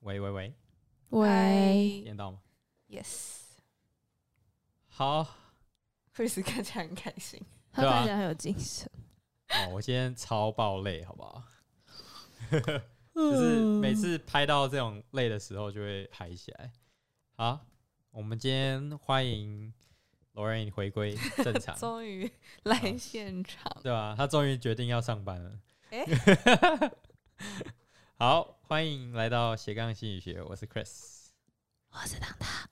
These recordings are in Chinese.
喂喂喂，喂，听得到吗？ ，Yes，Chris 好，看起来很开心。他对啊看起来很有精神。哦，我今天超爆累，好不好？ 就是每次拍到这种累的时候，就会嗨起来。好，我们今天欢迎 Lorraine 回归正常， 终于来现场，哎对吧、他终于决定要上班了。 诶好，欢迎来到斜杠心理学，我是 Chris。我是糖糖，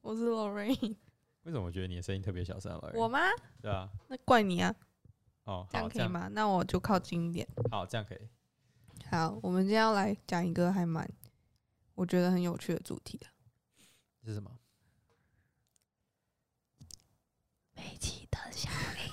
我是 Lorraine，为什么我觉得你的声音特别小声啊？Lorraine？我吗？对啊，那怪你啊，哦，这好，这样可以样吗？那我就靠近一点。好，这样可以。好，我们今天要来讲一个还蛮我觉得很有趣的主题啊这是什么？煤气灯效应。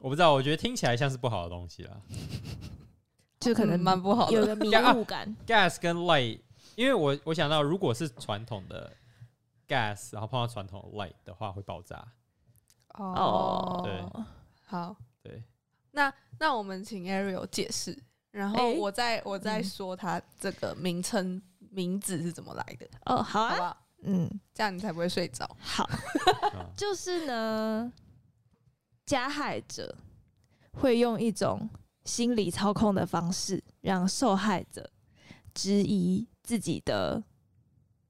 我不知道，我觉得听起来像是不好的东西啦。就可能嗯蛮不好有的。个迷雾感。 gas 跟 light，因为我我想到，如果是传统的 gas，然后碰到传统的 light 的话，会爆炸。哦哦对，哦好，对，那那我们请 Ariel 解释，然后诶我再我再嗯说它这个名称名字是怎么来的， 哦，好好不啊，好？嗯，这样你才不会睡着。好，嗯就是呢，加害者会用一种心理操控的方式，让受害者质疑自己的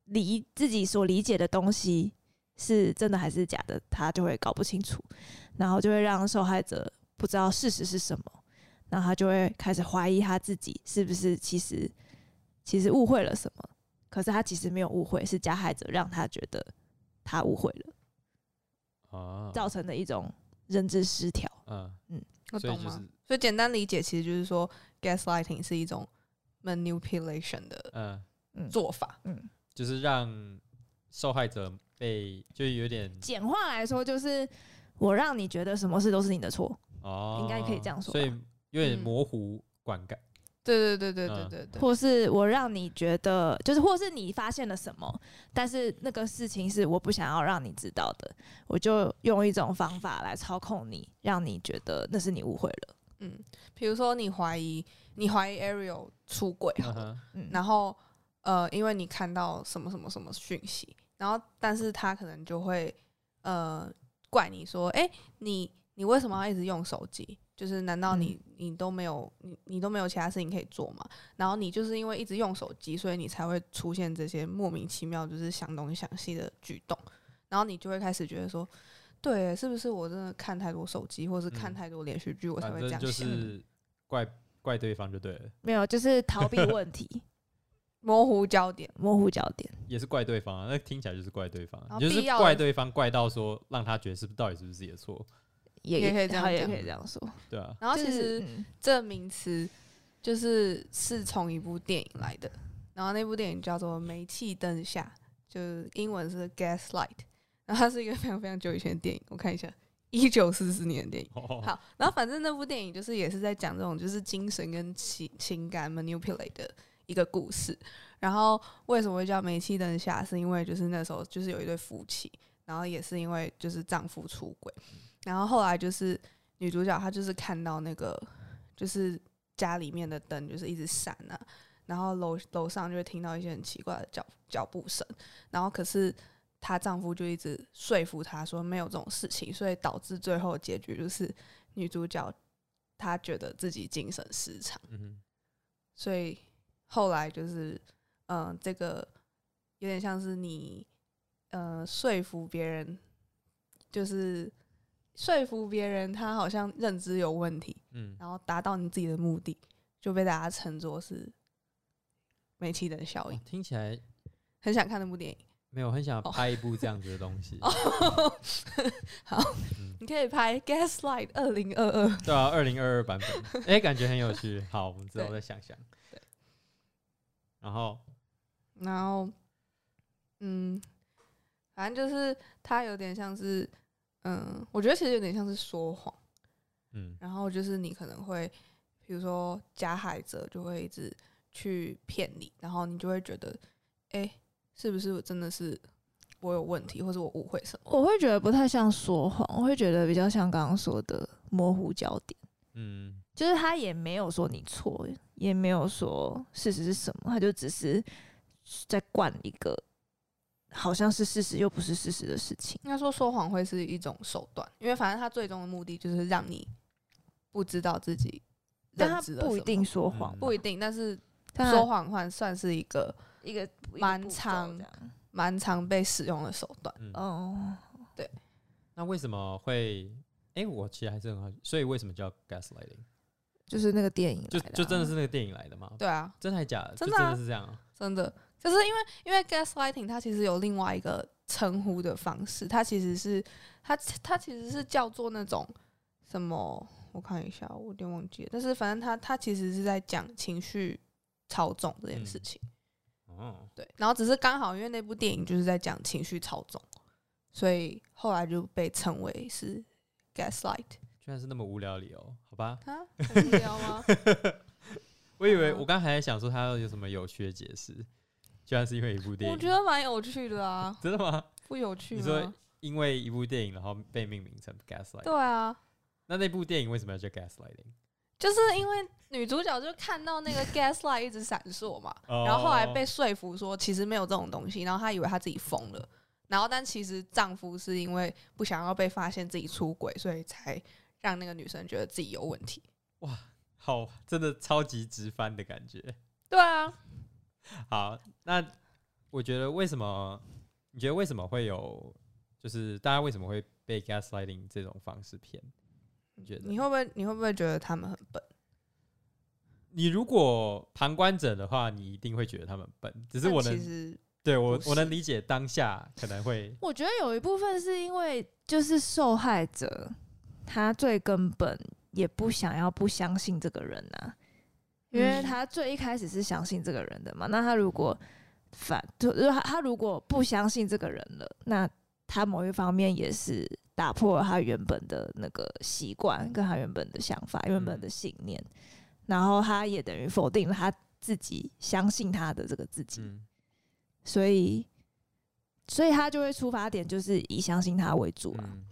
理自己所理解的东西是真的还是假的，他就会搞不清楚，然后就会让受害者不知道事实是什么，然后他就会开始怀疑他自己是不是其实其实误会了什么，可是他其实没有误会，是加害者让他觉得他误会了。啊，造成的一种认知失调。嗯，我所以懂就是吗？所以简单理解，其实就是说，gaslighting 是一种 manipulation 的嗯，做法。嗯，就是让受害者被，就有点简化来说就是我让你觉得什么事都是你的错。哦，应该可以这样说吧所以有点嗯模糊管概。对对对对嗯对对对。或是我让你觉得，就是或是你发现了什么，但是那个事情是我不想要让你知道的，我就用一种方法来操控你，让你觉得那是你误会了。嗯，比如说你怀疑你怀疑 Ariel 出轨好嗯了，哼，嗯，然后呃，因为你看到什么什么什么讯息，然后但是他可能就会呃怪你说，哎、你你为什么要一直用手机？就是难道你、嗯你都没有你你都没有其他事情可以做吗？然后你就是因为一直用手机，所以你才会出现这些莫名其妙就是想东想西的举动，然后你就会开始觉得说。对，是不是我真的看太多手机，或是看嗯太多连续 剧，我才反会这正样就想？是怪怪对方就对了，没有，就是逃避问 题，模糊焦点，模糊焦点。也是怪对方啊。那听起来就是怪对方啊，然后你就是必要怪的对方，怪到说让他觉得是不是到底是不是自己的错，也也可以这样好也讲可以这样说。对啊，然后其就是实、嗯这名词就是是从一部电影来的，然后那部电影叫做《煤气灯下》，就是英文是《Gaslight》，然后它是一个非常非常久以前的电影，我看一下，一九四四年的电影。好，好，然后反正那部电影就是也是在讲这种就是精神跟情情感 manipulate 的一个故事。然后为什么会叫煤气灯下？是因为就是那时候就是有一对夫妻，然后也是因为就是丈夫出轨，然后后来就是女主角她就是看到那个就是家里面的灯就是一直闪啊，然后楼楼上就会听到一些很奇怪的脚脚步声，然后可是她丈夫就一直说服她说没有这种事情，所以导致最后的结局就是女主角她觉得自己精神失常，嗯哼，所以后来就是嗯、呃这个有点像是你呃说服别人，就是说服别人他好像认知有问题，嗯，然后达到你自己的目的，就被大家称作是煤气灯效哇应。哦听起来很想看那部电影， 没有很想哦拍一部这样子的东西，嗯好， 你可以拍《Gaslight》二零二二。对啊，二零二二版本， 哎，感觉很有趣。好，我们之后对再想想。然后，然后，嗯，反正就是他有点像是，嗯，我觉得其实有点像是说谎。嗯然后就是你可能会，比如说加害者就会一直去骗你，然后你就会觉得，哎、是不是我真的是我有问题，或者我误会什么？我会觉得不太像说谎，我会觉得比较像刚刚说的模糊焦点，嗯，就是他也没有说你错，也没有说事实是什么，他就只是在灌一个好像是事实又不是事实的事情。应该说说谎会是一种手段，因为反正他最终的目的就是让你不知道自己但认他知了不一什么定说谎嗯，不一定，但是但说他谎换算是一个一个蛮长长蛮常被使用的手段。哦，嗯那为什么会？哎、我其实还是很好奇，所以为什么叫 gaslighting？就是那个电影就来啊就真的是那个电影来的吗？对啊，真的还假的？真就的真啊的是这样啊？真的，就是因为因为 gaslighting 它其实有另外一个称呼的方式，它其实是它它其实是叫做那种什么，我看一下，我有点忘记了，但是反正它它其实是在讲情绪操纵这件事情，嗯哦，对，然后只是刚好因为那部电影就是在讲情绪操纵，所以后来就被称为是 gaslight 居然是那么无聊的理由？好吧，啊，很无聊吗？我以为哦我刚才还想说他要有什么有趣的解释，居然是因为一部电我影 觉。得蛮有趣的啊，真的吗？不有趣你说吗？因为一部电影，然后被命名成 gaslighting。对啊，那那部电影为什么要叫 gaslighting？就是因为女主角就看到 那个 gaslight 一直闪烁嘛，哦然后后来被说服说其实没有这种东西，然后她以为她自己疯了，然后但其实丈夫是因为不想要被发现自己出轨，所以才让那个女生觉得自己有问题。好，真的超级直翻的感觉。对啊，好，那我觉得为什么？你觉得为什么会有？就是大家为什么会被 gaslighting 这种方式骗？你觉得？你会不会你会不会觉得他们很笨？你如果旁观者的话，你一定会觉得他们笨。只是我但其能实对我不我能是理解当下可能 会我觉得有一部分是因为就是受害者他最根本也不想要不相信这个人啊呐、因为嗯他最一开始是相信这个人的嘛。那他如果反，就是他他如果不相信这个人了，那他某一方面也是打破了他原本的那个习惯，跟他原本的想法、原本的信念，然后他也等于否定了他自己相信他的这个自己。嗯所以，所以他就会出发点就是以相信他为主啊，嗯，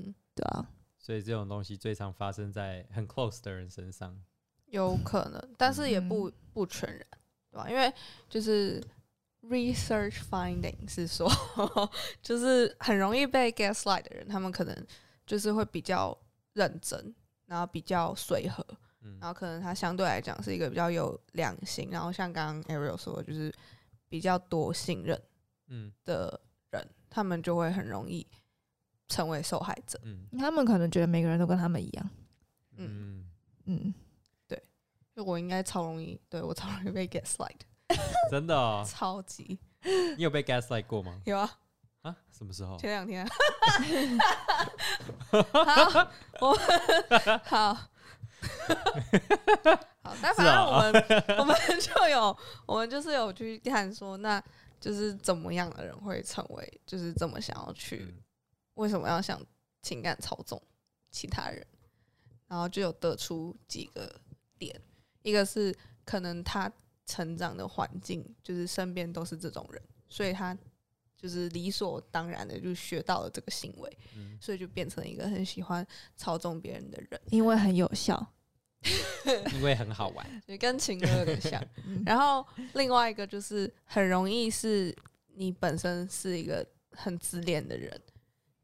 嗯，对啊，所以这种东西最常发生在很 close 的人身上。有可能，但是也不不全然，对吧？因为就是 research finding 是说，就是很容易被 gaslight 的人，他们可能就是会比较认真，然后比较随和，嗯然后可能他相对来讲是一个比较有良心，然后像刚刚 Ariel 说的，就是比较多信任嗯的人，他们就会很容易成为受害者。嗯他们可能觉得每个人都跟他们一样，嗯，嗯，就我应该超容易，对我超容易被 gaslight，真的哦、超级你有被 gaslight 过吗？有啊。啊，什么时候？前两 天。好，我们 好好，但反啊正我们、 我们就有，我们就是有去看说，那就是怎么样的人会成为，就是这么想要去，嗯为什么要想情感操纵其他人？然后就有得出几个点，一个是可能他成长的环境就是身边都是这种人，所以他就是理所当然的就学到了这个行为，嗯所以就变成一个很喜欢操纵别人的人，因为很有效，嗯因为很好玩。就跟情歌有点像。嗯然后另外一个就是很容易是你本身是一个很自恋的人，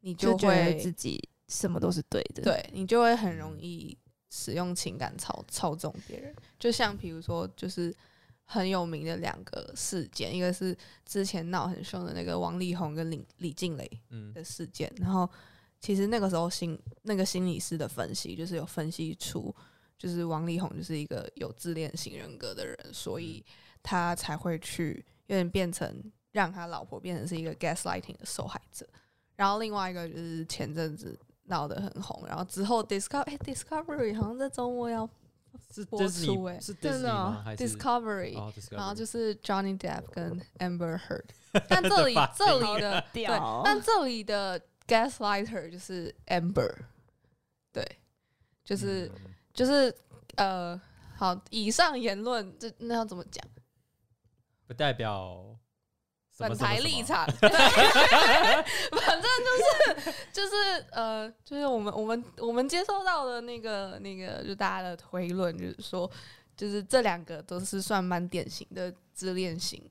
你就觉得会自己什么都是对的，，对你就会很容易使用情感操操纵别人。就像比如说，就是很有名的两个事件，一个是之前闹很凶的那个王力宏跟李李静蕾嗯的事件，然后其实那个时候心那个心理师的分析，就是有分析出，就是王力宏就是一个有自恋型人格的人，所以嗯他才会去有点变成让他老婆变成是一个 gaslighting 的受害者。然后另外一个就是前阵子闹得很红，然后之后 Discover 哎、Discovery 好像这周末要是播 Disney 出欸是 Disney 真的吗？哦还是 Discovery，哦 Discovery？然后就是 Johnny Depp 跟 Amber Heard，但这里发型这里的对屌哦，但这里的 Gaslighter 就是 Amber，对，就是、嗯就是呃，好，以上言论这那要怎么讲？不代表什么本什么台什么立场，对 反正就是就是呃，就是我们我们我们接收到的那个那个，就大家的推论就是说，就是这两个都是算蛮典型的自恋型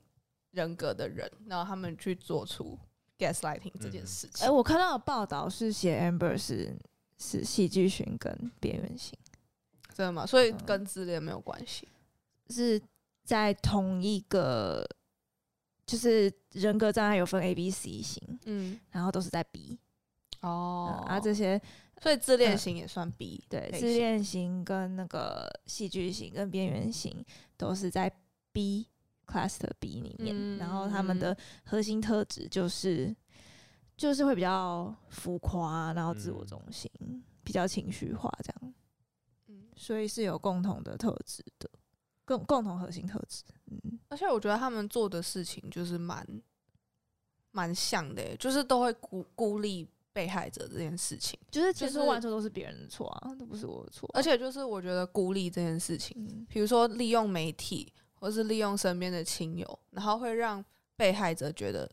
人格的人，然后他们去做出 gaslighting 这嗯件事哎、情。我看到的报道是写 Amber 是是戏剧型跟边缘型，真的吗？所以跟自恋没有关系。是在同一个，就是人格障碍有分 A、B、C 型，嗯，然后都是在 B，、嗯、哦，嗯啊这些所以自恋型也算 B，、对类自型恋型跟那个戏剧型跟边缘型都是在 B cluster B 里面，嗯然后他们的核心特质就是就是会比较浮夸，然后自我嗯中心，比较情绪化这样。嗯，所以是有共同的特质的，共共同核心特质。嗯，而且我觉得他们做的事情就是蛮蛮像的欸，就是都会孤孤立被害者这件事情，就是就千是错万错都是别人的错啊，都不是我的错。而且就是我觉得孤立这件事情，嗯，比如说利用媒体或是利用身边的亲友，然后会让被害者觉得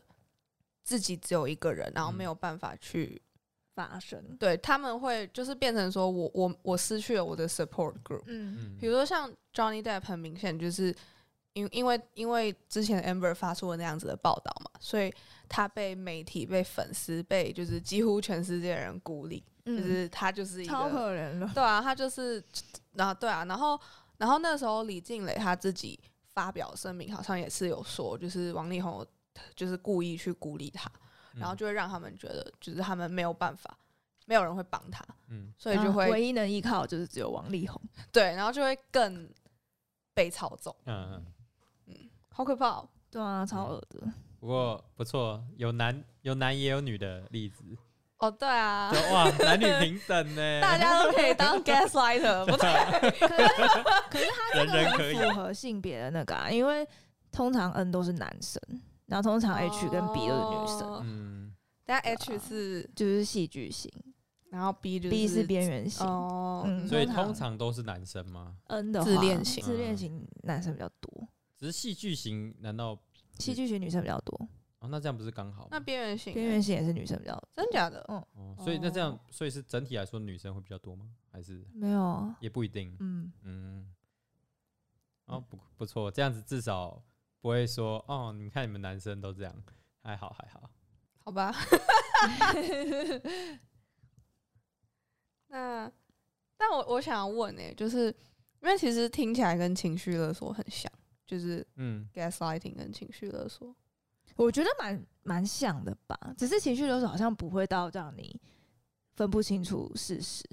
自己只有一个人，然后没有办法去、发生。对他们会就是变成说我我我失去了我的 support group，嗯嗯比如说像 Johnny Depp 很明显就是因因为因为之前 Amber 发出了那样子的报道嘛，所以他被媒体、被粉丝、被就是几乎全世界人孤立，就嗯，是他就是一超个可怜了。对啊，他就是然后对啊，然后然后那时候李静蕾他自己发表声明，好像也是有说，就是王力宏有就是故意去孤立他，嗯然后就会让他们觉得就是他们没有办法，没有人会帮他，嗯所以就啊会、唯一能依靠就是只有王力宏。对，然后就会更被操纵。嗯嗯嗯，好可怕哦、对啊，超恶的。不过不错，有男有男也有女的例子，哦，对啊就，哇，男女平 等呢，大家都可以当 gaslighter，不对？人人可以，符合性别的那个啊，因为通常 N 都是男生，然后通常 H 跟 B 都是女生，哦嗯，但 H 是，就是戏剧型然后 B 就是，B 是边缘型哦，嗯所以通常通常都是男生吗？ ，N 的话自恋型自恋型男生比较多，只是戏剧型，难道戏剧型女生比较多，哦？那这样不是刚好那吗？边缘嗯型，边缘型也是女生比较真假的？哦，所以那这样，所以是整体来说女生会比较多吗？还是没有啊，也不一定？嗯，嗯，哦，不不错，这样子至少不会说哦，你们看你们男生都这样，还好还好。好 吧。那，但我我想问诶、就是因为其实听起来跟情绪勒索很像，就是嗯， gaslighting 跟情绪勒索。我觉得蛮蛮像的吧，只是情绪流手好像不会到让你分不清楚事实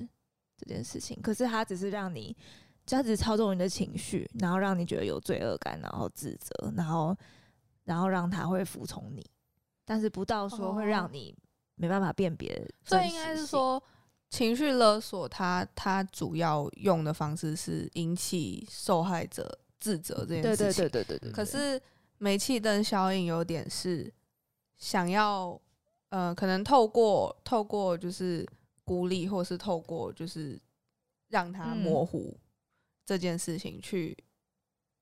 这件事情，可是它只是让你，它只是操纵你的情绪，然后让你觉得有罪恶感，然后自责，然后然后让他会服从你，但是不到说会让哦你没办法辨别真所实性，以应该是说，情绪勒索它它主要用的方式是引起受害者自责这件对，事情。对对对对嗯对对，可是煤气灯效应有点是想要，呃，可能透过透过就是孤立，或是透过就是让它嗯模糊这件事情，去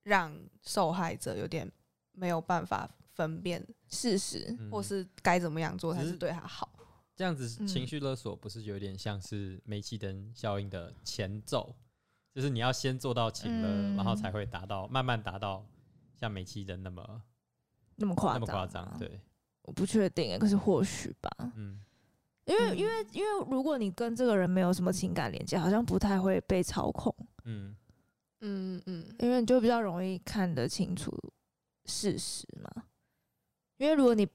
让受害者有点没有办法分辨，事实，嗯或是该怎么样做才只是是对他好。这样子，嗯情绪勒索不是有点像是煤气灯效应的前奏，就是你要先做到情勒，嗯然后才会达到慢慢达到像煤气灯那么那么夸那张，啊么夸张。，对，我不确定欸，可是或许吧，嗯因为嗯因为因为如果你跟这个人没有什么情感连接，好像不太会被操控，嗯嗯嗯，因为你就比较容易看得清楚事实嘛。因为如果你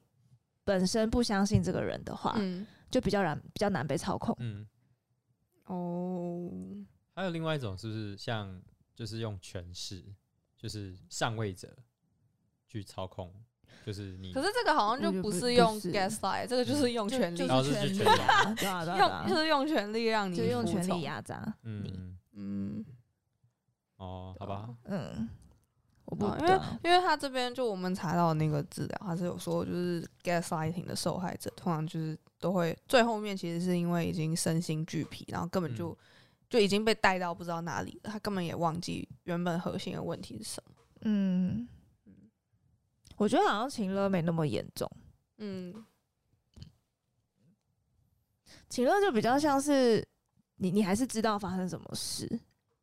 本身不相信这个人的话，嗯，就比较难比较难被操控。嗯。哦，还有另外一种，是不是像就是用权势，就是上位者去操控，就是你可是这个好像我觉就得不不是不用是 gaslight，这个就是用就权力就，哦这是是权权力力啊， 对啊对啊对用就啊，是用权力让你就用服权从力。压榨。嗯你嗯嗯，哦，好吧，嗯，我不哦知道，因为他这边就我们查到那个资料，他是有说，就是 gaslighting 的受害者通常就是都会最后面其实是因为已经身心俱疲，然后根本就、嗯就已经被带到不知道哪里了，他根本也忘记原本核心的问题是什么。嗯，我觉得好像情勒没那么严重，嗯，情勒就比较像是你你还是知道发生什么事，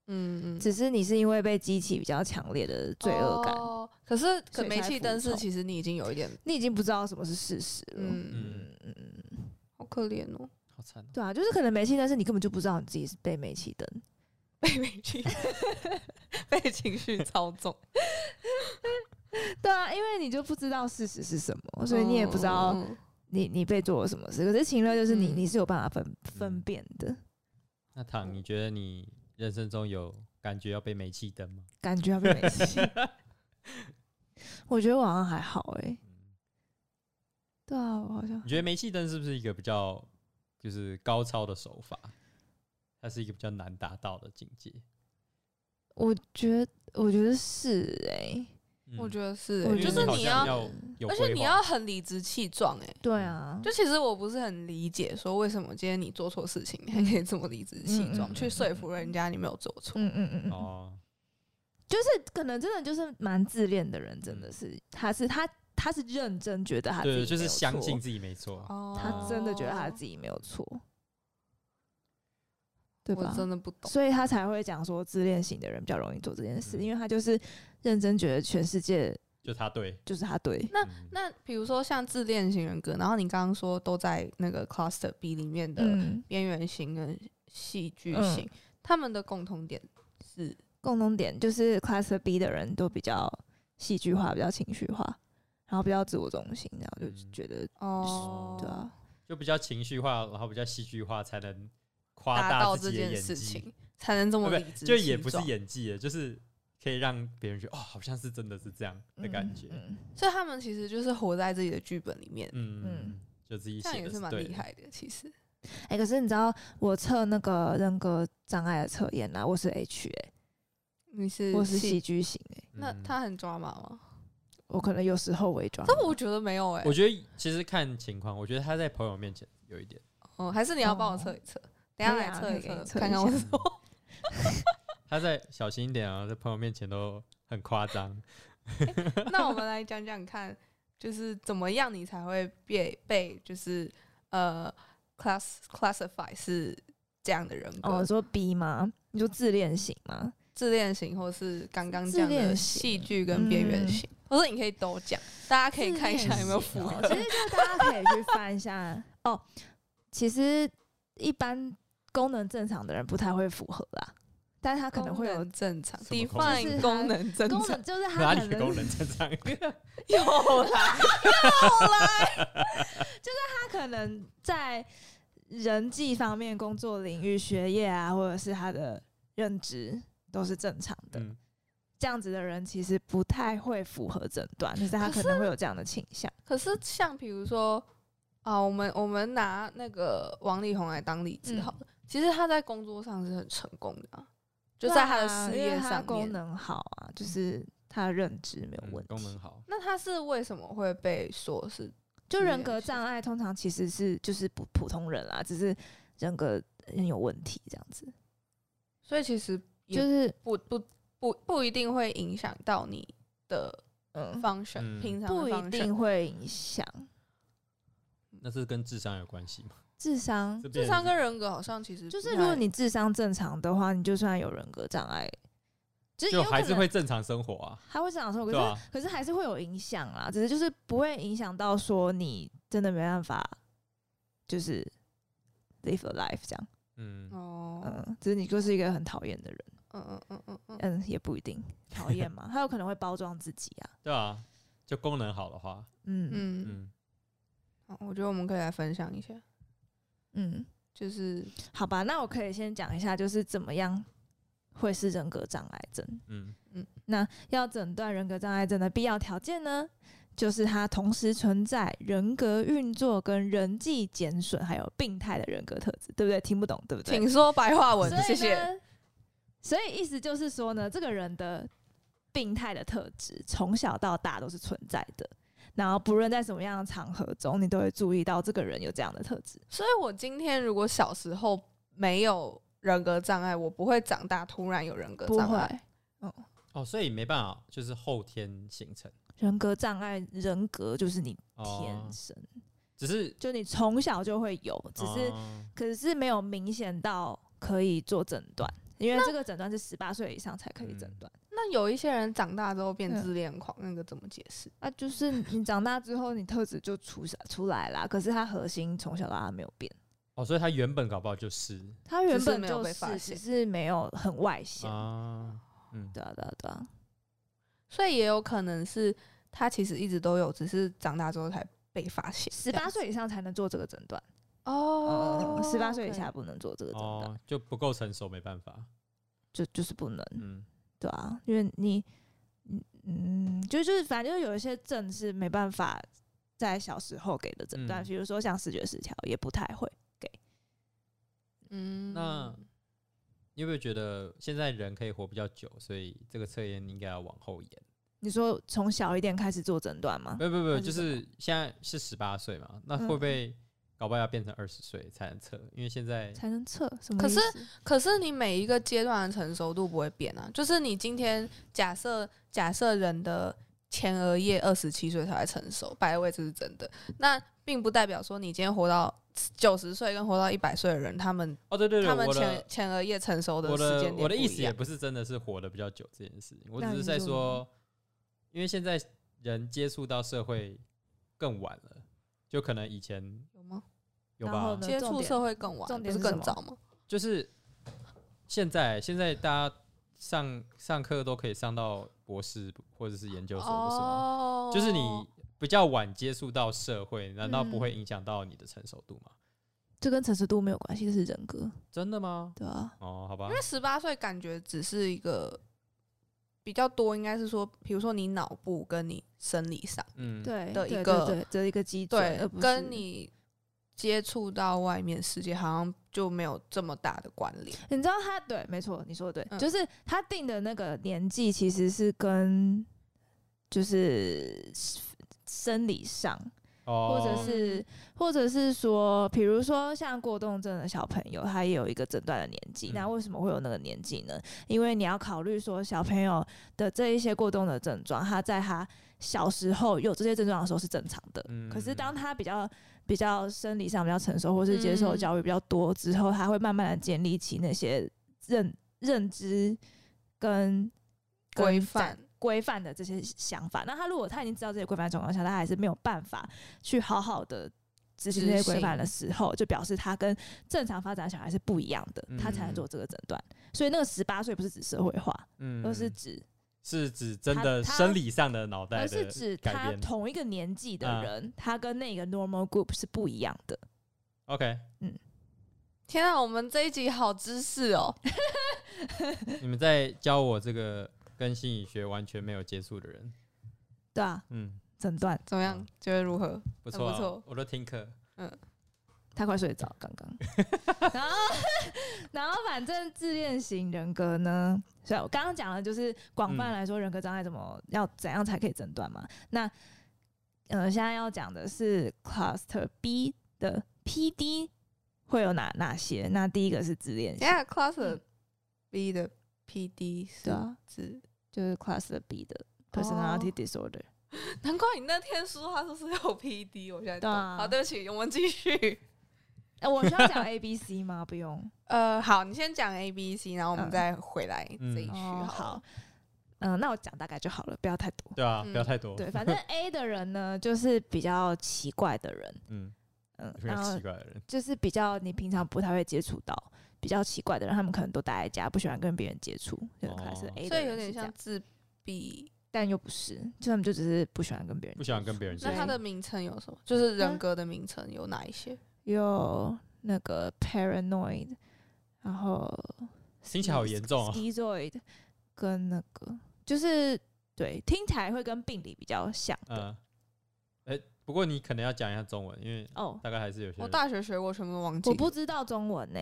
嗯嗯，只是你是因为被激起比较强烈的罪恶感，哦可是可所以煤才气服灯是从其实你已经有一点，你已经不知道什么是事实了。嗯嗯，嗯嗯嗯，好可怜哦，好惨哦。对啊，就是可能煤气灯是你根本就不知道你自己是被煤气灯， 被煤气 被情 绪操纵， 对啊，因为你就不知道事实是什么，所以你也不知道嗯你你被做了什么事。可是情乐就是你，嗯你是有办法分分嗯辨的那唐，你觉得你人生中有感觉要被煤气灯吗？感觉要被煤气。我觉得我好像还好诶、对啊，我好像你觉得煤气灯是不是一个比较就是高超的手法？它是一个比较难达到的境界。我觉得我觉得是欸诶、我觉得，得是我欸，嗯因为就觉得是好你像要，要有而规划，且你要很理直气壮，哎，对啊，就其实我不是很理解，说为什么今天你做错事情，你还可以这么理直气嗯嗯壮嗯去说服人家你没有做错？嗯嗯嗯嗯，哦，就是可能真的就是蛮自恋的人，真的嗯是他是他他是认真觉得他自己对，就没是有相错信自己没错。嗯哦他真的觉得他自己没有错，对我吧？真的不懂。所以他才会讲说，自恋型的人比较容易做这件事，嗯因为他就是认真觉得全世界就他对，就是他对，那嗯那比如说像自恋型人格，然后你刚刚说都在那个 cluster B 里面的嗯，边缘型跟戏剧嗯型，他们的共同点是共同点就是 Class B 的人都比较戏剧化，比较情绪化，然后比较自我中心，然后就嗯觉得、哦，对啊，就比较情绪化，然后比较戏剧化，才能夸达大到自这己的件演事技。情才能这么对理不直对？就也不气是壮演技了，就是可以让别人觉得哦，好像是真的是这样的感觉。嗯所以他们其实就是活在自己的剧本里面，嗯，嗯就自己这样写也的是蛮对厉的。害的。其实哎、可是你知道我测那个人格障碍的测验啊，我是 H 哎、你是我是戏剧型哎、那嗯他很抓马吗？我可能有时候伪装，但 我觉得没有哎、我觉得其实看情况，我觉得他在朋友面前有一点，哦，还是你要帮我测一测，等一下可以来啊测可以一给你测，测看一看 我下是什么。他在小心一点啊，在朋友面前都很夸张。那我们来讲讲看，就是怎么样你才会被被就是呃 class classify 是这样的人格，哦，你说 B 吗？你说自恋型吗？自恋型或是刚刚自讲的恋型戏剧跟边缘嗯型，或者你可以都讲，大家可以看一下有没有自符恋型合哦。其实就是大家可以去翻一下哦。其实一般功能正常的人不太会符合啦，但是他可能会有功能正常什么功能就是，define 是功能正功 常能，就是哪他可里的能功能正 常？有啦，他可能在人际方面、工作领域、学业啊，或者是他的认知都是正常的。嗯，这样子的人其实不太会符合诊断，就是他可能会有这样的倾向。可是像比如说啊，我们我们拿那个王力宏来当例子嗯好了，其实他在工作上是很成功的、啊，就在他的对啊事因为业他上功面。嗯能好啊，就是他的认知没有问题。嗯功能好。那他是为什么会被说是就之类人的格事障碍通常其实是就是普普通人啦，只是人格很有问题这样子，所以其实也就是不不不不一定会影响到你的嗯， function，、嗯平常的不 function 一定会影响那是跟智商有关系吗？智商这。嗯智边商跟人格好像其实就是不如果太你智商正常的话，你就算有人格障碍，就是就有可还是能会正常生活啊，还会正哦常生活，对可是、吧？可是还是会有影响啦，只是就是不会影响到说你真的没办法，就是 live a life 这样，嗯，哦，嗯，只是你就是一个很讨厌的人，嗯嗯嗯嗯嗯，嗯，也不一定讨厌嘛， 他有可能会包装自己啊，对啊，就功能好的话，嗯嗯嗯，嗯，好我觉得我们可以来分享一下，嗯，就是好吧，那我可以先讲一下，就是怎么样会是人格障碍症。嗯，那要诊断人格障碍症的必要条件呢，就是它同时存在人格运作跟人际减损，还有病态的人格特质，对不对？听不懂，对不对？请说白话文所以，呢谢谢。所以意思就是说呢，这个人的病态的特质从小到大都是存在的，然后不论在什么样的场合中，你都会注意到这个人有这样的特质。所以我今天如果小时候没有人格障碍，我不会长大突然有人格不障碍。会，哦，所以没办法，就是后天形成。人格障碍，人格就是你哦天，生，只是就你从小就会有，只是、哦可是没有明显到可以做诊断，因为这个诊断是十八岁以上才可以诊断。那有一些人长大之后变嗯自恋狂，那个嗯怎么解释？那、啊就是你长大之后，你特质就出出来啦，可是他核心从小到大没有变。哦，所以他原本搞不好就是他原只是本没有就被发是现只是没有很外显。啊，嗯，对啊，对啊，对啊，所以也有可能是他其实一直都有，只是长大之后才被发现。十这八样子岁以上才能做这个诊断，哦呃，，十八岁以 OK 下不能做这个诊断，哦，就不够成熟，没办法，就就是不能，嗯，对啊，因为你，嗯嗯，就就是反正就是有一些症是没办法在小时候给的诊嗯断，比如说像视觉失调也不太会，嗯，那你有没有觉得现在人可以活比较久，所以这个测验应该要往后延？你说从小一点开始做诊断吗？不不不，还就是什么嗯是现在是十八岁嘛，那会不会搞不好要变成二十岁才能测？因为现在才能测什么可意是思？可是你每一个阶段的成熟度不会变啊，就是你今天假设假设人的前额叶二十七岁才会成熟，百位这是真的，那并不代表说你今天活到九十岁跟活到一百岁的人，他们哦对对对，他们我前的前额叶成熟我时的间点我的不意一思也啊样不是真的是活得比较久这件事情，我那只是你在说说，因为现在人接触到社会更晚了，就可能以前有吗？有然后吧呢，接重触点社会更晚，重不点是是什更么早吗？就是现在现在大家上上课都可以上到博士或者是研究所，不是吗？哦就是你比较晚接触到社会，难道不嗯会影响到你的成熟度吗？这跟成熟度没有关系，这是人格，真的吗？对啊。哦，好吧因，为十八岁感觉只是一个比较多，应该是说，比如说你脑部跟你生理上，嗯，对的一对对个对的一个基准，对而不，是跟你接触到外面世界好像就没有这么大的关联。你知道他对，没错，你说的对，嗯就是他定的那个年纪其实是跟就是生理上，哦，或者是或者是说，比如说像过动症的小朋友，他也有一个诊断的年纪。嗯那为什么会有那个年纪呢？因为你要考虑说，小朋友的这一些过动的症状，他在他小时候有这些症状的时候是正常的。嗯可是当他比较比较生理上比较成熟，或是接受教育比较多之后，他会慢慢的建立起那些认认知跟跟规展范规范的这些想法。那他如果他已经知道这些规范的状况下，他还是没有办法去好好的执行这些规范的时候，就表示他跟正常发展的小孩是不一样的，嗯他才能做这个诊断。所以那个十八岁不是指社会化，嗯而是指是指真他的他生理上的脑袋而的是指改他变同一个年纪啊的人，他跟那个 normal group 是不一样的。 OK，天啊，我们这一集好知识 哦！你们在教我这个跟心理学完全没有接触的人，对啊，嗯，诊断怎么样？觉得如何？不错、啊，很不错我都听课，他快睡着刚刚， 然后然后反正自恋型人格呢，所以我刚刚讲的就是广泛来说人格障碍怎么要怎样才可以诊断嘛。那呃，现在要讲的是 Cluster B 的 PD 会有哪哪些？那第一个是自恋型等一，下 Class B 的 PD 是嗯对啊，指，就是哦 Cluster B 的 personality disorder。 难怪你那天说他说是有 PD，我现在对懂。啊好，对不起，我们 继续。哎、我需要讲 A、B、C 吗？不用。呃，好，你先讲 A、B、C，然后我们嗯再回来嗯这一区哦，好好了。，嗯、那我讲大概就好了，不要太多。对啊，嗯不要太多，对，反正 A 的人呢，就是比较奇怪的人，嗯，嗯，非然常后奇怪的人，就是比较你平常不太会接触到比较奇怪的人，他们可能都待在家，不喜欢跟别人接触，就可能是哦 A 所的以有人点是这像样，自闭。但又不是，就他们就只是不喜欢跟别人不接触，喜欢跟别人接那它触，的名称有什么？就是人嗯格的名称有哪一些？有那个 paranoid，然后听起来好严重啊 schizoid 跟那个就是对，听起来会跟病理比较像的。嗯，哎、不过你可能要讲一下中文，因为哦，大概还是有些我人，大学学过，全部都忘记。我不知道中文呢、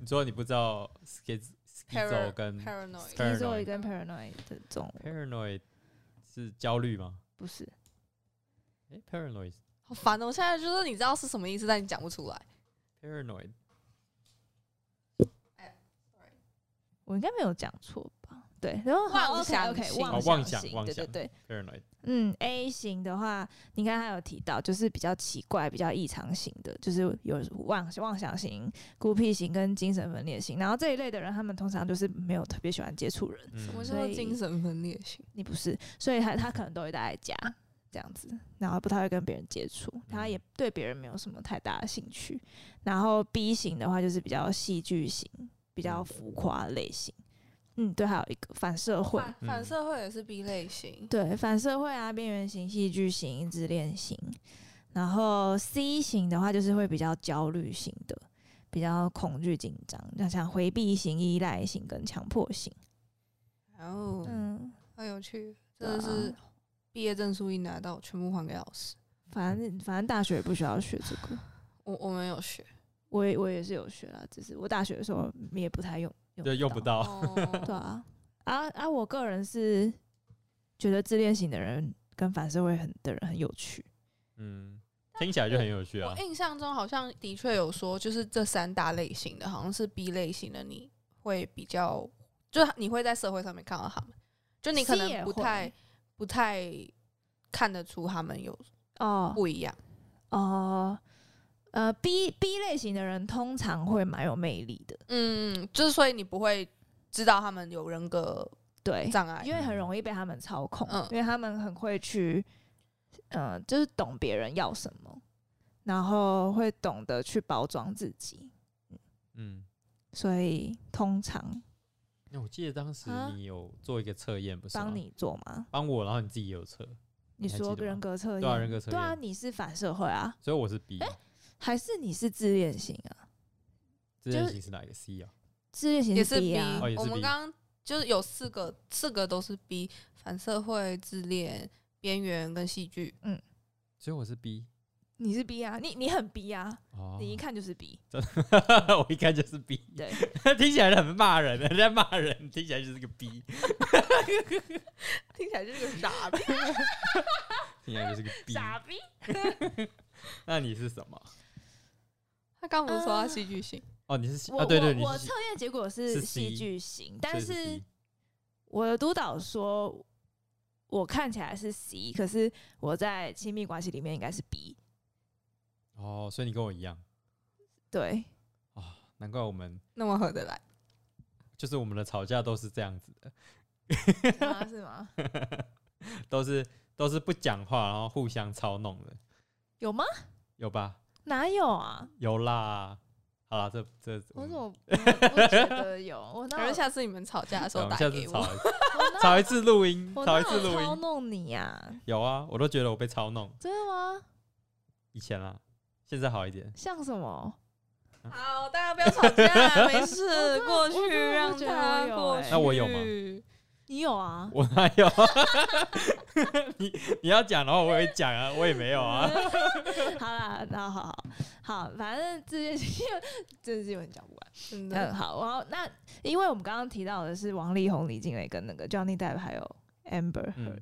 你说你不知道 schiz Schizo 跟 paranoid， Paranoid 做一个 paranoid 的中文 paranoid 是焦虑吗？不是诶 p a r a n o i d 好烦哦！我现在就是你知道是什么意思，但你讲不出来。 paranoid 我应该没有讲错吧？对，然后好妄想 OK，型 OK，妄哦妄想想型，妄对对想对， paranoid 嗯，A 型的话，你刚才有提到，就是比较奇怪、比较异常型的，就是有妄妄想型、孤僻型跟精神分裂型。然后这一类的人，他们通常就是没有特别喜欢接触人，嗯。什么是叫做所以精神分裂型？你不是，所以他他可能都会待在家这样子，然后不太会跟别人接触，他也对别人没有什么太大的兴趣。然后 B 型的话，就是比较戏剧型、比较嗯浮夸类型。嗯，对，还有一个反社会，反嗯反社会也是 B 类型，对，反社会啊，边缘型、戏剧型、自恋型，然后 C 型的话就是会比较焦虑型的，比较恐惧、紧张，那像回避型、依赖型跟强迫型。然后嗯，很有趣，对真的是啊毕业证书一拿到，全部还给老师。反正反正大学也不需要学这个，我我们有学，我也我也是有学啦，只是我大学的时候也不太用，对，用不。到，对哦啊，啊啊！我个人是觉得自恋型的人跟反社会很的人很有趣。嗯，听起来就很有趣啊我。印象中好像的确有说，就是这三大类型的，好像是 B 类型的，你会比较，就是你会在社会上面看到他们，就你可 C 也能不会太不太看得出他们有哦，不一样。哦，呃，B B 类型的人通常会蛮有魅力的，嗯，就是所以你不会知道他们有人格对，障碍。因为很容易被他们操控，嗯因为他们很会去，呃，就是懂别人要什么，然后会懂得去包装自己，嗯，所以通常那我记得当时啊你有做一个测验，不是啊吗帮你做吗？帮我，然后你自己也有测，你还说记得吗人格测验，对啊人格测对啊，验你是反社会啊，所以我是 B。还是你是自恋型啊？自就恋是型是哪一个 C 啊？自恋型也是是 B B，啊，哦也是我们 B 刚刚就是有四个，四个都是 B，反社会、自恋、边缘跟戏剧。所以我是 B 你是 B 啊，你你很 B 啊，哦，你一看就是 B， 我一看就是 B， 对，听起来很骂人， 人家骂人，听起来就是个 B，听起来就是 个傻逼，听起来就是个 B。啊傻逼。那你是什么？他刚不是说啊他戏剧性？哦，你是我、啊，对对，我你我是测验结果是是 C 戏剧型，但所以是 C 我的督导说我看起来是 C，可是我在亲密关系里面应该是 B。哦，所以你跟我一样 对，啊、难怪我们那么合得来，就是我们的吵架都是这样子 的，是吗？啊是吗？都是都是不讲话，然后互相操弄的，有吗？有吧？哪有啊？有啦，好啦，这嗯这我们怎么不不觉得有？ 我反哪有正下次你们吵架的时对我候们打下次给吵我。一次，我哪吵一次录音， 我吵哪一次有录操音，弄你呀？有啊，我都觉得我被操弄，真的吗？以前啊，现在好一点，像什么？好，大家不要吵架，没我事，真的过我去真的让不觉得他我有过欸去。那我有吗你有啊？我哪有？ 你你要讲，然后我也讲啊，我也没有啊。好啦，那好好好，反正这件事情真的是有点讲不完。嗯，真的，好，然后那因为我们刚刚提到的是王力宏、李静蕾跟那个 Johnny Depp 还有 Amber 嗯 Heard、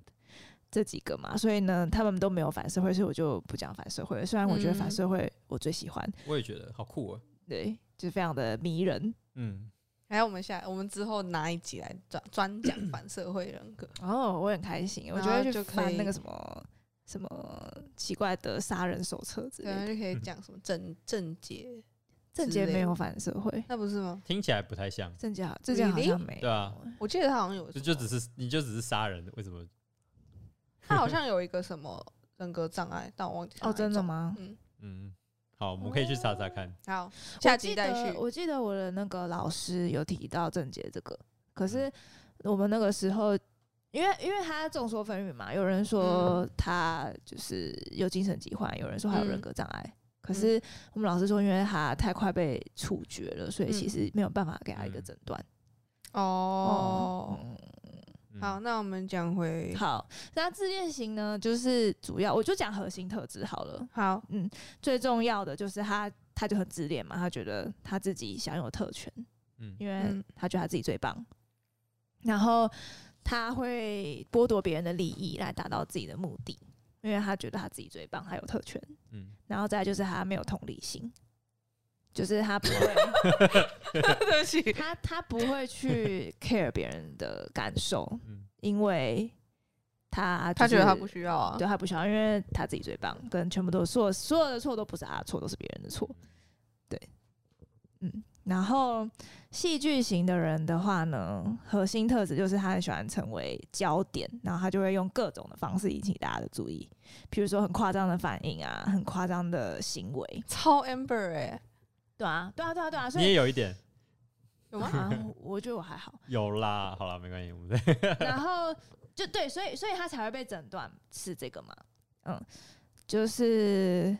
这几个嘛，所以呢，他们都没有反社会，所以我就不讲反社会了。虽然我觉得反嗯社会我最喜欢，我也觉得好酷哦。对，就是非常的迷人。嗯，还有我们下我们之后拿一集来专专讲反社会人格。哦，我很开心，我然就会后去就可翻那以个什么什么奇怪的杀人手册之类对，的。就可嗯以讲什么正正解，郑之杰类没有的反社会，那不是吗？听起来不太像，郑杰好，郑杰好 Really？像没有。对啊我记得他好像有什就么，就只是你就只是杀人，为什么？他好像有一个什么人格障碍，但我忘记哦，真的吗？吗？嗯，嗯，好，我们可哦以去查查看。好，我下记集再得续。我记得我的那个老师有提到郑杰这个，可是我们那个时候，因为因为他众说纷纭嘛，有人说他就是有精神疾患，有人说还有人嗯格障碍。可是我们老师说，因为他太快被处决了，所以其嗯实没有办法给他一个嗯诊断。哦，嗯嗯好，，那我们讲回好，那自恋型呢，就是主要我就讲核心特质好了。好，最重要的就是他，他就很自恋嘛，他觉得他自己享有特权，嗯因为嗯他觉得他自己最棒，然后他会剥夺别人的利益来达到自己的目的，因为他觉得他自己最棒，他有特权，嗯，然后再来就是他没有同理心，就是他不 会。对不 起，他他不会去 care 别人的感受，嗯因为他、他觉得他不不需要啊。对他不需要，因为他自己最棒，跟全部都所有所有的错都不是他的错，都是别人的错。对，嗯，然后戏剧型的人的话呢，核心特质就是他很喜欢成为焦点，然后他就会用各种的方式引起大家的注意，比如说很夸张的反应啊，很夸张的行为。超 amber 哎、对啊，对啊，对啊，对啊，所你也以。有一点有吗？啊，我觉得我还好，有啦，好啦，没关系，我们 再然后就对，所以所以他才会被诊断是这个嘛，嗯，就是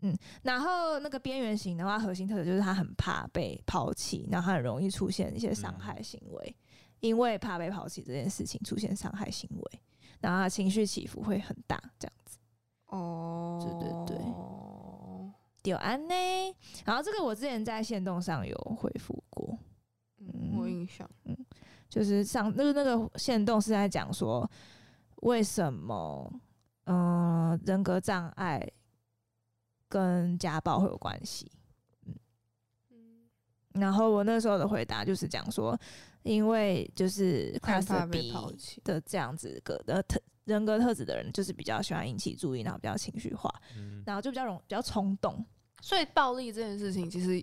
嗯，然后那个边缘型的话，核心特质就是他很怕被抛弃，然后他很容易出现一些伤害行为，因为怕被抛弃这件事情出现伤害行为，然后他情绪起伏会很大，这样。哦，对对对丢安呢，然后这个我之前在线动上有回复过，嗯，我有印象。就是上就是那个线动是在讲说，为什么嗯、呃人格障碍跟家暴会有关系？然后我那时候的回答就是讲说，因为就是害 class 怕被 B 抛弃的这样子个的特人格特质的人，就是比较喜欢引起注意，然后比较情绪化，嗯然后就比较容比较冲动，所以暴力这件事情，其实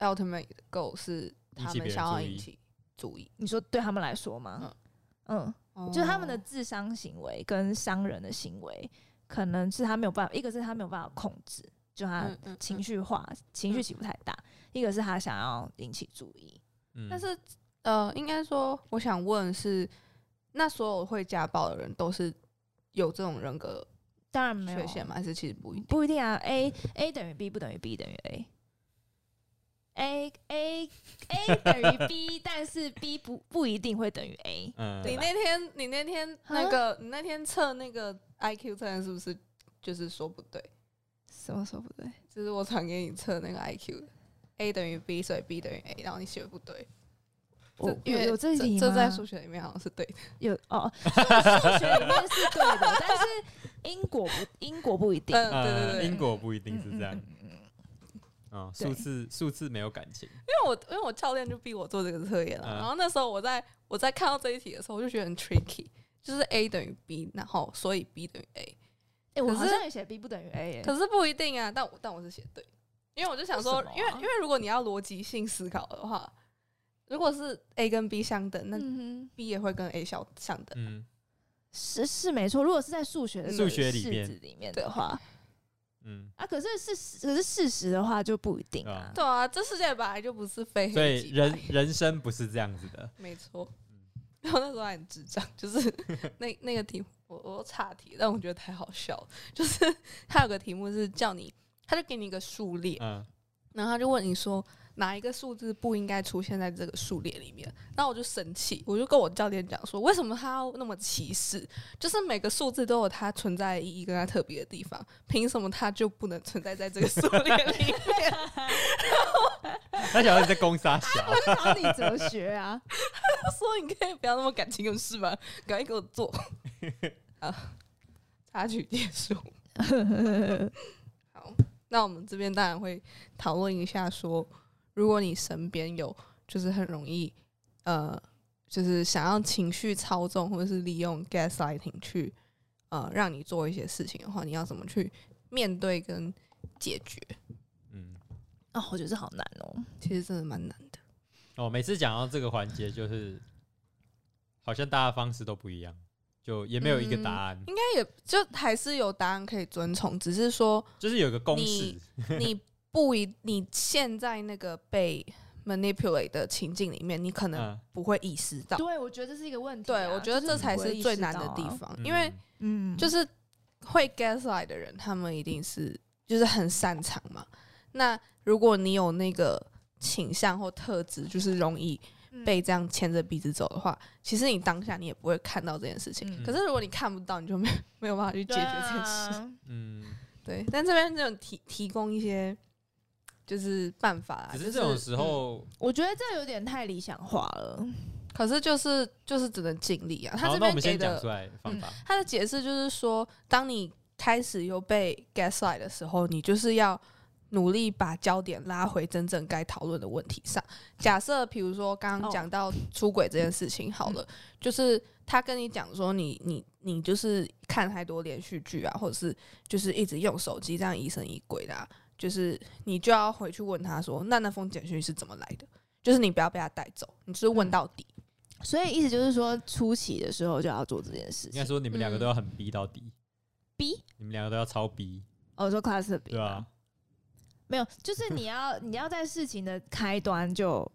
ultimate goal 是他引起别们人想要注意引起注意，你说对他们来说吗？嗯，就是他哦们的智商行为跟伤人的行为，可能是他没有办法，一个是他没有办法控制，就他嗯嗯啊情嗯绪化，情绪起伏太大；一个是他想要引起注意。 嗯但是呃，应该说，我想问是，那所有会家暴的人都是有这种人格当然嗯没有缺陷吗？还是其实不一定？不一定啊。A A 等于 B 不等于 B 等于 A。A A A 等于 B，但是 B 不不一定会等于 A。嗯你那天你那天那个你那天测那个 IQ 测验是不是就是说不对？什么说不对？就是我传给你测那个 IQ 的 A 等于 B，所以 B 等于 A，然后你写不对。我因为有有这一题这吗在数学里面好像是对的。有哦，数数学里面是对的，但是因果不因果不一定。嗯， 对对呃，对，因因果不一定是这样嗯。嗯嗯嗯啊，对数字数字没有感情，为 我因为我教练就逼我做这个测验了，嗯然后那时候我在我在看到这一题的时候，我就觉得很 tricky，就是 A 等于 B，然后所以 B 等于 A，哎、我可好是像也写 B 不等于 A 耶、可是不一定啊，但我但我是写对，因为我就想说为什么，啊因为因为如果你要逻辑性思考的话，如果是 A 跟 B 相等，那嗯哼， B 也会跟 A 相相等。嗯是是没错。如果是在数学的数学里式面子里面的话， 嗯，啊，可是事可是事实的话就不一定啊啊。对啊，这世界本来就不是非所黑以即白人人生不是这样子的，没错嗯。然后那时候还很智障， 就是那那个题目，我我又岔题，但我觉得太好笑了。就是 他有个题目是叫你，他就给你一个数列，嗯然后他就问你说哪一个数字不应该出现在这个数列里面。然后我就生气，我就跟我教练讲说，为什么他要那么歧视？就是每个数字都有它存在的意义跟它特别的地方，凭什么它就不能存在在这个数列里面？他想要你在攻杀小，我考你哲学 啊，他说：“你可以不要那么感情用事吗？赶快给我做。啊，插曲结束。好，那我们这边当然会讨论一下说如果你身边有就是很容易呃，就是想要情绪操纵或者是利用 gaslighting 去呃让你做一些事情的话，你要怎么去面对跟解决？嗯，哦，我觉得这好难哦。其实真的蛮难的。哦，每次讲到这个环节，就是好像大家方式都不一样，就也没有嗯一个答案，应该也就还是有答案可以遵从，只是说就是有一个公式 你，你不一，你现在那个被 manipulate 的情境里面，你可能嗯，不会意识到。 对，我觉得这是一个问题、对，我觉得这才是最难的地方，因为嗯嗯，就是是会 gaslight 的人，他们一定是就是很擅长嘛。那如果你有那个倾向或特质，就是容易嗯被这样牵着鼻子走的话，其实你当下你也不会看到这件事情。嗯可是如果你看不到，你就没有 没有办法啊去解决这件事。件事。嗯对，但这边就提提供一些就是办法啦。只就是这种时，嗯候，我觉得这有点太理想化了。可是就是就是只能尽力啊。他好，这那我边们给先讲的嗯出来方法。他的解释就是说，当你开始又被 gaslight 的时候，你就是要努力把焦点拉回真正该讨论的问题上。假设比如说刚刚哦讲到出轨这件事情，好了，就是他跟你讲说你你你就是看太多连续剧啊，或者是就是一直用手机这样疑神疑鬼的、啊，就是你就要回去问他说，那那封简讯是怎么来的？就是你不要被他带走，你就是问到底。所以意思就是说，初期的时候就要做这件事应该情。说你们嗯两个都要很逼到底， B，你们两个都要超逼，哦，说 class 的 B，对啊吧？没有，就是你要 你要在事情的开端就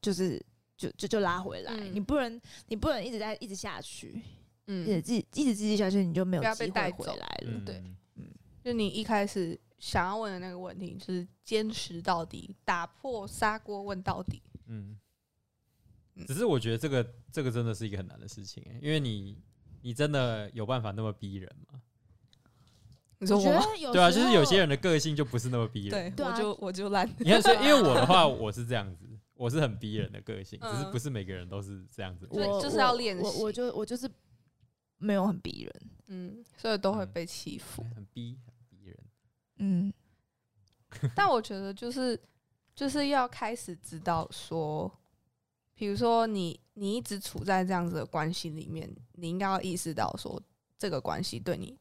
就是就就就拉回来，嗯你不能你不能一直在一直下去，一直嗯，继一直继续下去，你就没有不要被机会带回走来了。嗯，对就你一开始想要问的那个问题，就是坚持到底，打破砂锅问到底。嗯嗯。只是我觉得这个这个真的是一个很难的事情、欸，因为你你真的有办法那么逼人吗？你我觉得有对啊，就时是有候些人的个性就不是那么逼人。哦对，对啊我就我就烂。你看，所以因为我的话，我是这样子，我是很逼人的个性，嗯只是不是每个人都是这样子的所以个性。我就是要练我习我就我就是没有很逼人， 嗯，所以都会嗯被欺负。很逼，很逼人。嗯，但我觉得就是就是要开始知道说，比如说你你一直处在这样子的关系里面，你应该要意识到说这个关系对你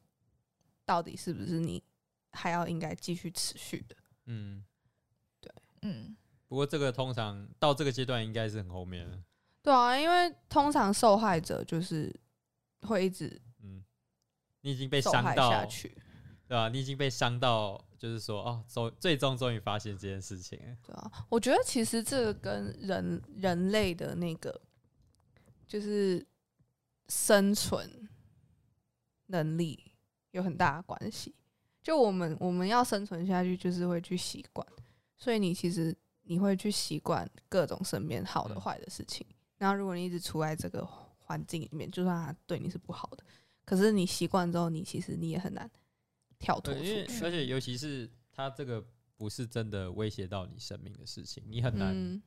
到底是不是你还要应该继续持续的。嗯，嗯，不过这个通常到这个阶段应该是很后面了。对啊，因为通常受害者就是会一直嗯，你已经被受伤害下到，去。对吧、你已经被伤到，就是说哦，终最终终于发现这件事情了。欸对啊，我觉得其实这个跟人人类的那个就是生存能力有很大的关系。就我们我们要生存下去，就是会去习惯，所以你其实你会去习惯各种身边好的嗯坏的事情。然后如果你一直处在这个环境里面，就算它对你是不好的，可是你习惯之后，你其实你也很难跳脱对，出因为去。而且尤其是他这个不是真的威胁到你生命的事情，你很难，嗯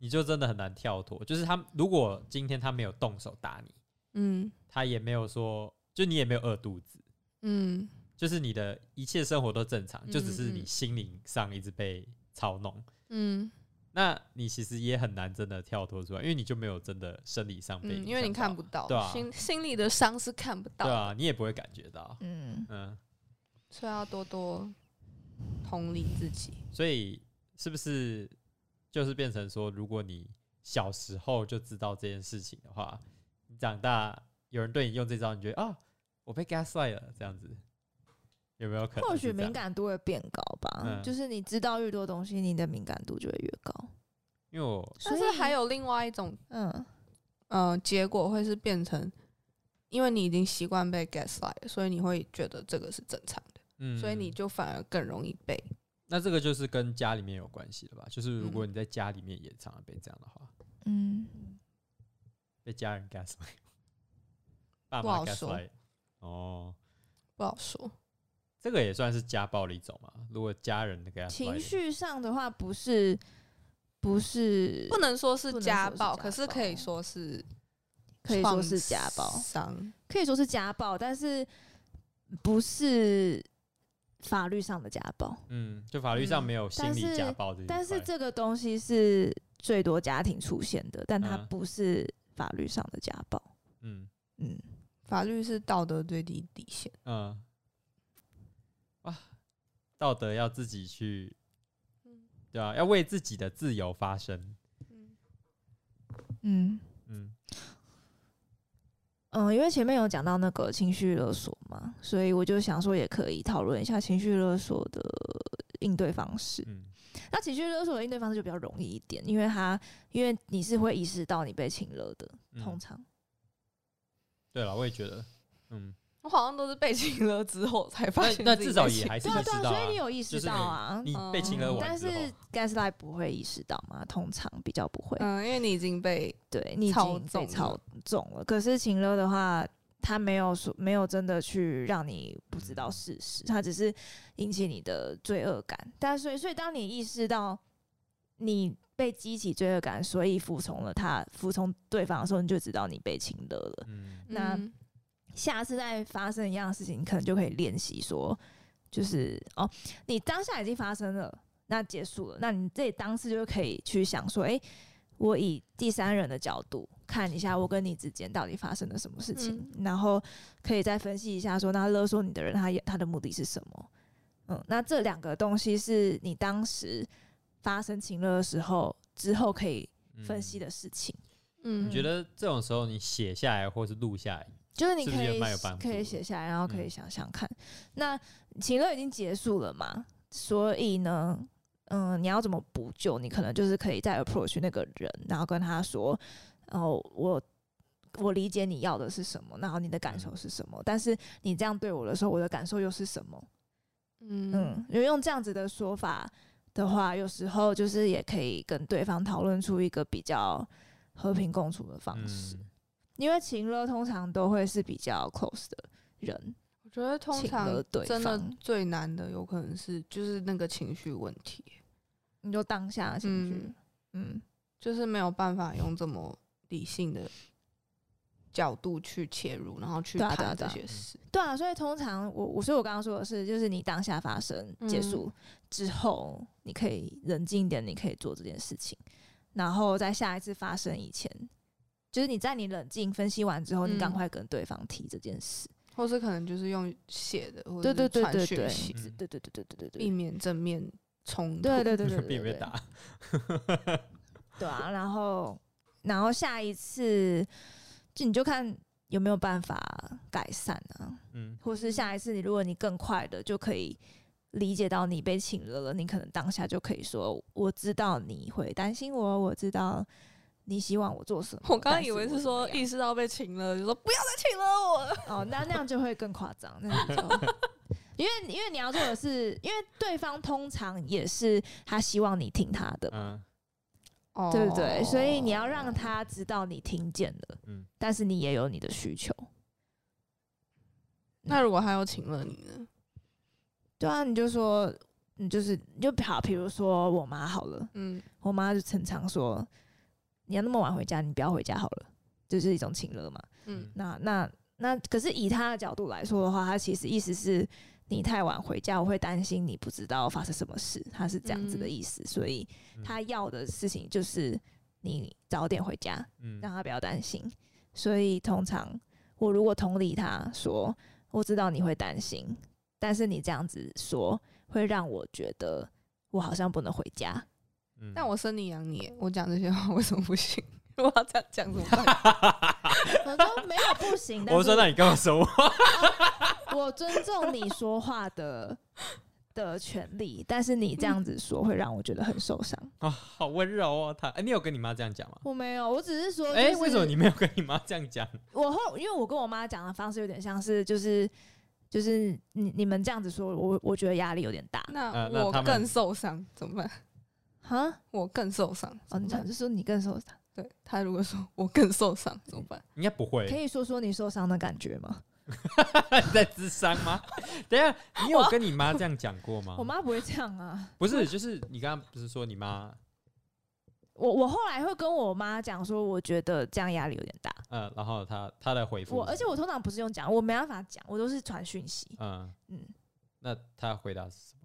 你就真的很难跳脱。就是他如果今天他没有动手打你，嗯他也没有说，就你也没有饿肚子，嗯就是你的一切生活都正常，就只是嗯嗯你心灵上一直被操弄。嗯，那你其实也很难真的跳脱出来，因为你就没有真的生理上被、嗯，因为你看不，到，对啊心心里的伤是看不到对的，啊，你也不会感觉到，嗯，嗯，所以要多多同理自己。所以是不是就是变成说，如果你小时候就知道这件事情的话，你长大有人对你用这招，你觉得啊，我被 gaslight 了，这样子有没有可能？或许敏，感度会变高吧，嗯就是你知道越多东西，你的敏感度就会越高。因为我所但以是还，有另外一种，嗯，呃，结果会是变成，因为你已经习惯被 gaslight，了所以你会觉得这个是正常的，嗯，所以你就反而更容易被。那这个就是跟家里面有关系了吧？就是如果嗯你在家里面也常常被这样的话，嗯，被家人 gaslight，爸不妈好说 gaslight，哦，不好说，这个也算是家暴的一种嘛？如果家人的 gaslight，情绪上的话不是不是不能说是不能说是家家暴，暴可是可以说是可以说是创家暴，伤。可以说是家暴，但是不是法律上的家暴。嗯，就法律上嗯没有心但理是家暴这一块，但是这个东西是最多家庭出现的，但它嗯不是法律上的家暴。嗯。嗯，法律是道德最低底线，嗯，哇，道德要自己去，对啊，要为自己的自由发声。嗯嗯嗯，因为前面有讲到那个情绪勒索嘛，所以我就想说也可以讨论一下情绪勒索的应对方式。嗯那情绪勒索的应对方式就比较容易一点，因为它因为你是会意识到你被情勒的，通嗯，常。对了，我也觉得，嗯，我好像都是被 侵了之后才发那现那自己至少被也侵还是对啊意对识啊，到所以啊你，有意识就是到啊。你被侵了嗯完但之是后， gaslight 不会意识到嘛，通常比较嗯不会。嗯，因为你已经被对你已操经被纵操了纵了。可是情勒的话，他没有说没有真的去让你不知道嗯事实，他只是引起你的罪恶感。但所以所以当你意识到你被激起罪恶感，所以服从了他，服从对方的时候，你就知道你被侵略了。嗯，那嗯下次再发生一样的事情，你可能就可以练习说，就是哦，你当下已经发生了，那结束了，那你这当时就可以去想说，诶，我以第三人的角度看一下我跟你之间到底发生了什么事情，然后可以再分析一下说，那勒索你的人他也他的目的是什么？嗯，那这两个东西是你当时发生情乐的时候之后可以嗯分析。的事情，嗯你觉得这种时候你写下来或是录下来，就是你是不可是也以蛮有帮可助以的写下来，然后可以嗯想想看。那情乐已经结束了嘛，所以呢，嗯，你要怎么补救？你可能就是可以再 approach 那个人，然后跟他说，哦，我我理解你要的是什么，然后你的感受嗯是什么，但是你这样对我的时候，我的感受又是什么？嗯嗯，因为用这样子的说法的话，有时候就是也可以跟对方讨论出一个比较和平共处的方式。嗯因为情乐通常都会是比较 close 的人，我觉得通请常了对真的方最难的，有可能是就是那个情绪问题，你就当下的情绪，嗯就是没有办法用这么理性的角度去切入，然后去对啊对啊谈对这啊些事。对啊，所以通常我我所以我刚刚说的是，就是你当下发生嗯结束之后，你可以冷静一点，你可以做这件事情，然后在下一次发生以前，就是你在你冷静分析完之后，你赶嗯快跟对方提这件事，或是可能就是用写的，或对对者对是对传讯对息，嗯对对对对对对对避，免正面冲突。对对对对 对，避对免对打。对啊，然后然后下一次就你就看有没有办法改善啊，嗯或是下一次你如果你更快的就可以理解到你被请了了，你可能当下就可以说我知道你会担心我，我知道你希望我做什么。我刚刚但以为我是怎说么样意识到被请了，就说不要再请了我。哦，那那样就会更夸张，那样 就。因为因为你要做的是，因为对方通常也是他希望你听他的，嗯哦对不对？所以你要让他知道你听见了，嗯但是你也有你的需求，那如果他又请了你呢？对啊，你就说，你就是你就好，比如说我妈好了，嗯，我妈就常常说，你要那么晚回家，你不要回家好了，就是一种情勒嘛。嗯那那那，可是以她的角度来说的话，她其实意思是你太晚回家，我会担心你不知道发生什么事，她是这样子的嗯意思，所以嗯她要的事情就是你早点回家，嗯让他不要担心。所以通常我如果同理他说，我知道你会担心，但是你这样子说会让我觉得我好像不能回家。嗯但我生你养你，我讲这些话 为什么不行？我要这样讲怎么办？ 我说没有不行，但我说那是你跟我 说话，我尊重你说话的的权利，但是你这样子说会让我觉得很受伤。啊，好温柔哦。他，哎，你有跟你妈这样讲吗？我没有，我只是说，哎，为什么你没有跟你妈这样讲？我后，因为我跟我妈讲的方式有点像是就是。就是你你们这样子说，我我觉得压力有点大那呃那我他们更受伤怎么办？哈，我更受伤哦，怎你么想办？就说你更受伤，对他如果说我更受伤怎么办？应该不会可，以说说你受伤的感觉吗？你在智商吗？ 等一下，你有跟你妈这样讲过吗？我妈不会这样啊。不是，就是你刚刚不是说你妈我我后来会跟我妈讲说，我觉得这样压力有点大。呃，然后她她的回复我是而且我通常不是用讲，我没办法讲，我都是传讯息。嗯嗯，那她回答是什么？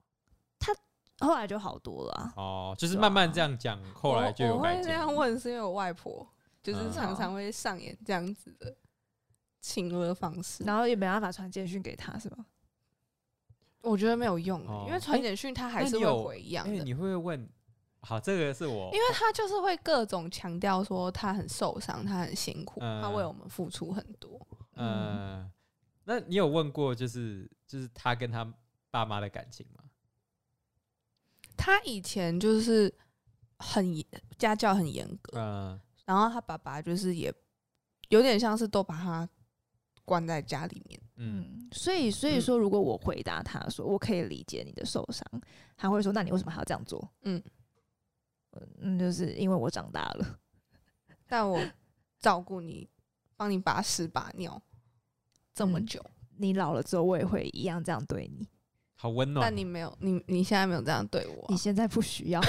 后来就好多了啊、哦，就是对啊慢慢这样讲，后来就我有我改会这进。样问，是因为我外婆就是嗯常常会上演这样子的情勒方式，然后也没办法传简讯给她，是吧？我觉得没有用欸哦，因为传简讯他还是那你有会回一样哎，的。你会不会问？好，这个是我因为他就是会各种强调说他很受伤，他很辛苦，嗯他为我们付出很多。嗯呃，那你有问过就是就是她跟她爸妈的感情吗？他以前就是很严家教很严格，嗯然后他爸爸就是也有点像是都把他关在家里面。嗯嗯，所以所以说，如果我回答她说我可以理解你的受伤，她会说那你为什么还要这样做？嗯嗯，就是因为我长大了。 但我照顾你，帮你把屎把尿，这么嗯久，你老了之后，我也会一样这样对你。好温暖哦但。你没有，你你现在没有这样对我啊、你现在不需要，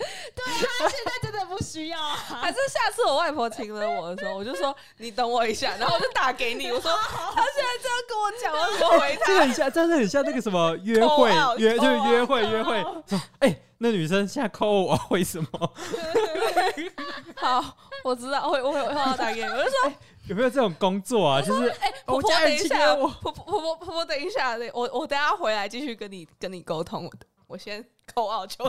现在真的不需要啊！还是下次我外婆请了我的时候，我就 说你等我一下，然后我就打给你， 我说她现在这样跟我讲，我怎么回这个她？很像，真的很像那个什么 约 Call 会 out，约就是 call out，约会 call 约 会 out。说，哎、那女生现在扣我，为什么？ 好，我知道，我会我会我会打给你，我就说有没有这种工作啊？就是哎，哦婆我婆家等人一请下，我婆婆婆婆婆婆等一下，对我我等一下回来继续跟你跟你沟通，我我先扣澳球。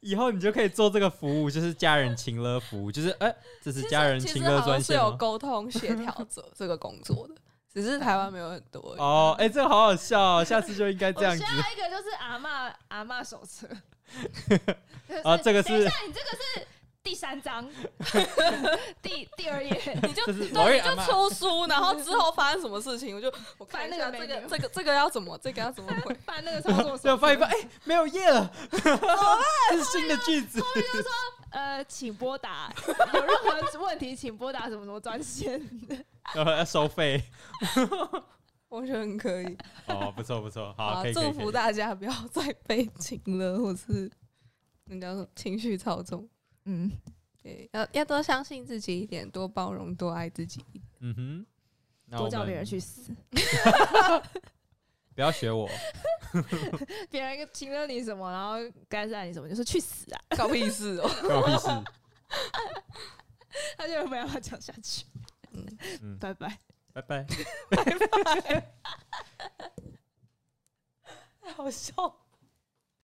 以后你就可以做这个服务，就是家人情乐服务，就是哎、这是其实家人哎其实情好乐像专是线有吗？沟通协调者这个工 作的，只是台湾没有很多。哦，哎、这个好好笑、哦，下次就应该我这样需子。要一个就是阿嬷阿嬷手 册。啊这个是等一下，你这个是第三 章，第第二页。你就这对，是我也你就阿嬷出书，然后之后发生什么 事情，我就我看一下翻那这个个 menu 这个这个要怎么这个要怎么 回翻那个操作手册就翻一翻，哎、没有页了，啊 这是新的句子。呃，请拨打，有任何问题请拨打什么什么专线。然后 要收费。我觉得很可以。哦，不错不错，好，啊可以可以祝可以福大家不要再被情了，或是那叫什么情绪操纵。嗯，对，要要多相信自己一点，多包容，多爱自己。嗯哼，那多我叫们别人去死，不要学我，别人请了你什么，然后干涉你什么，就说去死啊！ 搞屁事哦！关我屁事。他就没办法讲下去。嗯嗯拜拜。拜拜。好笑。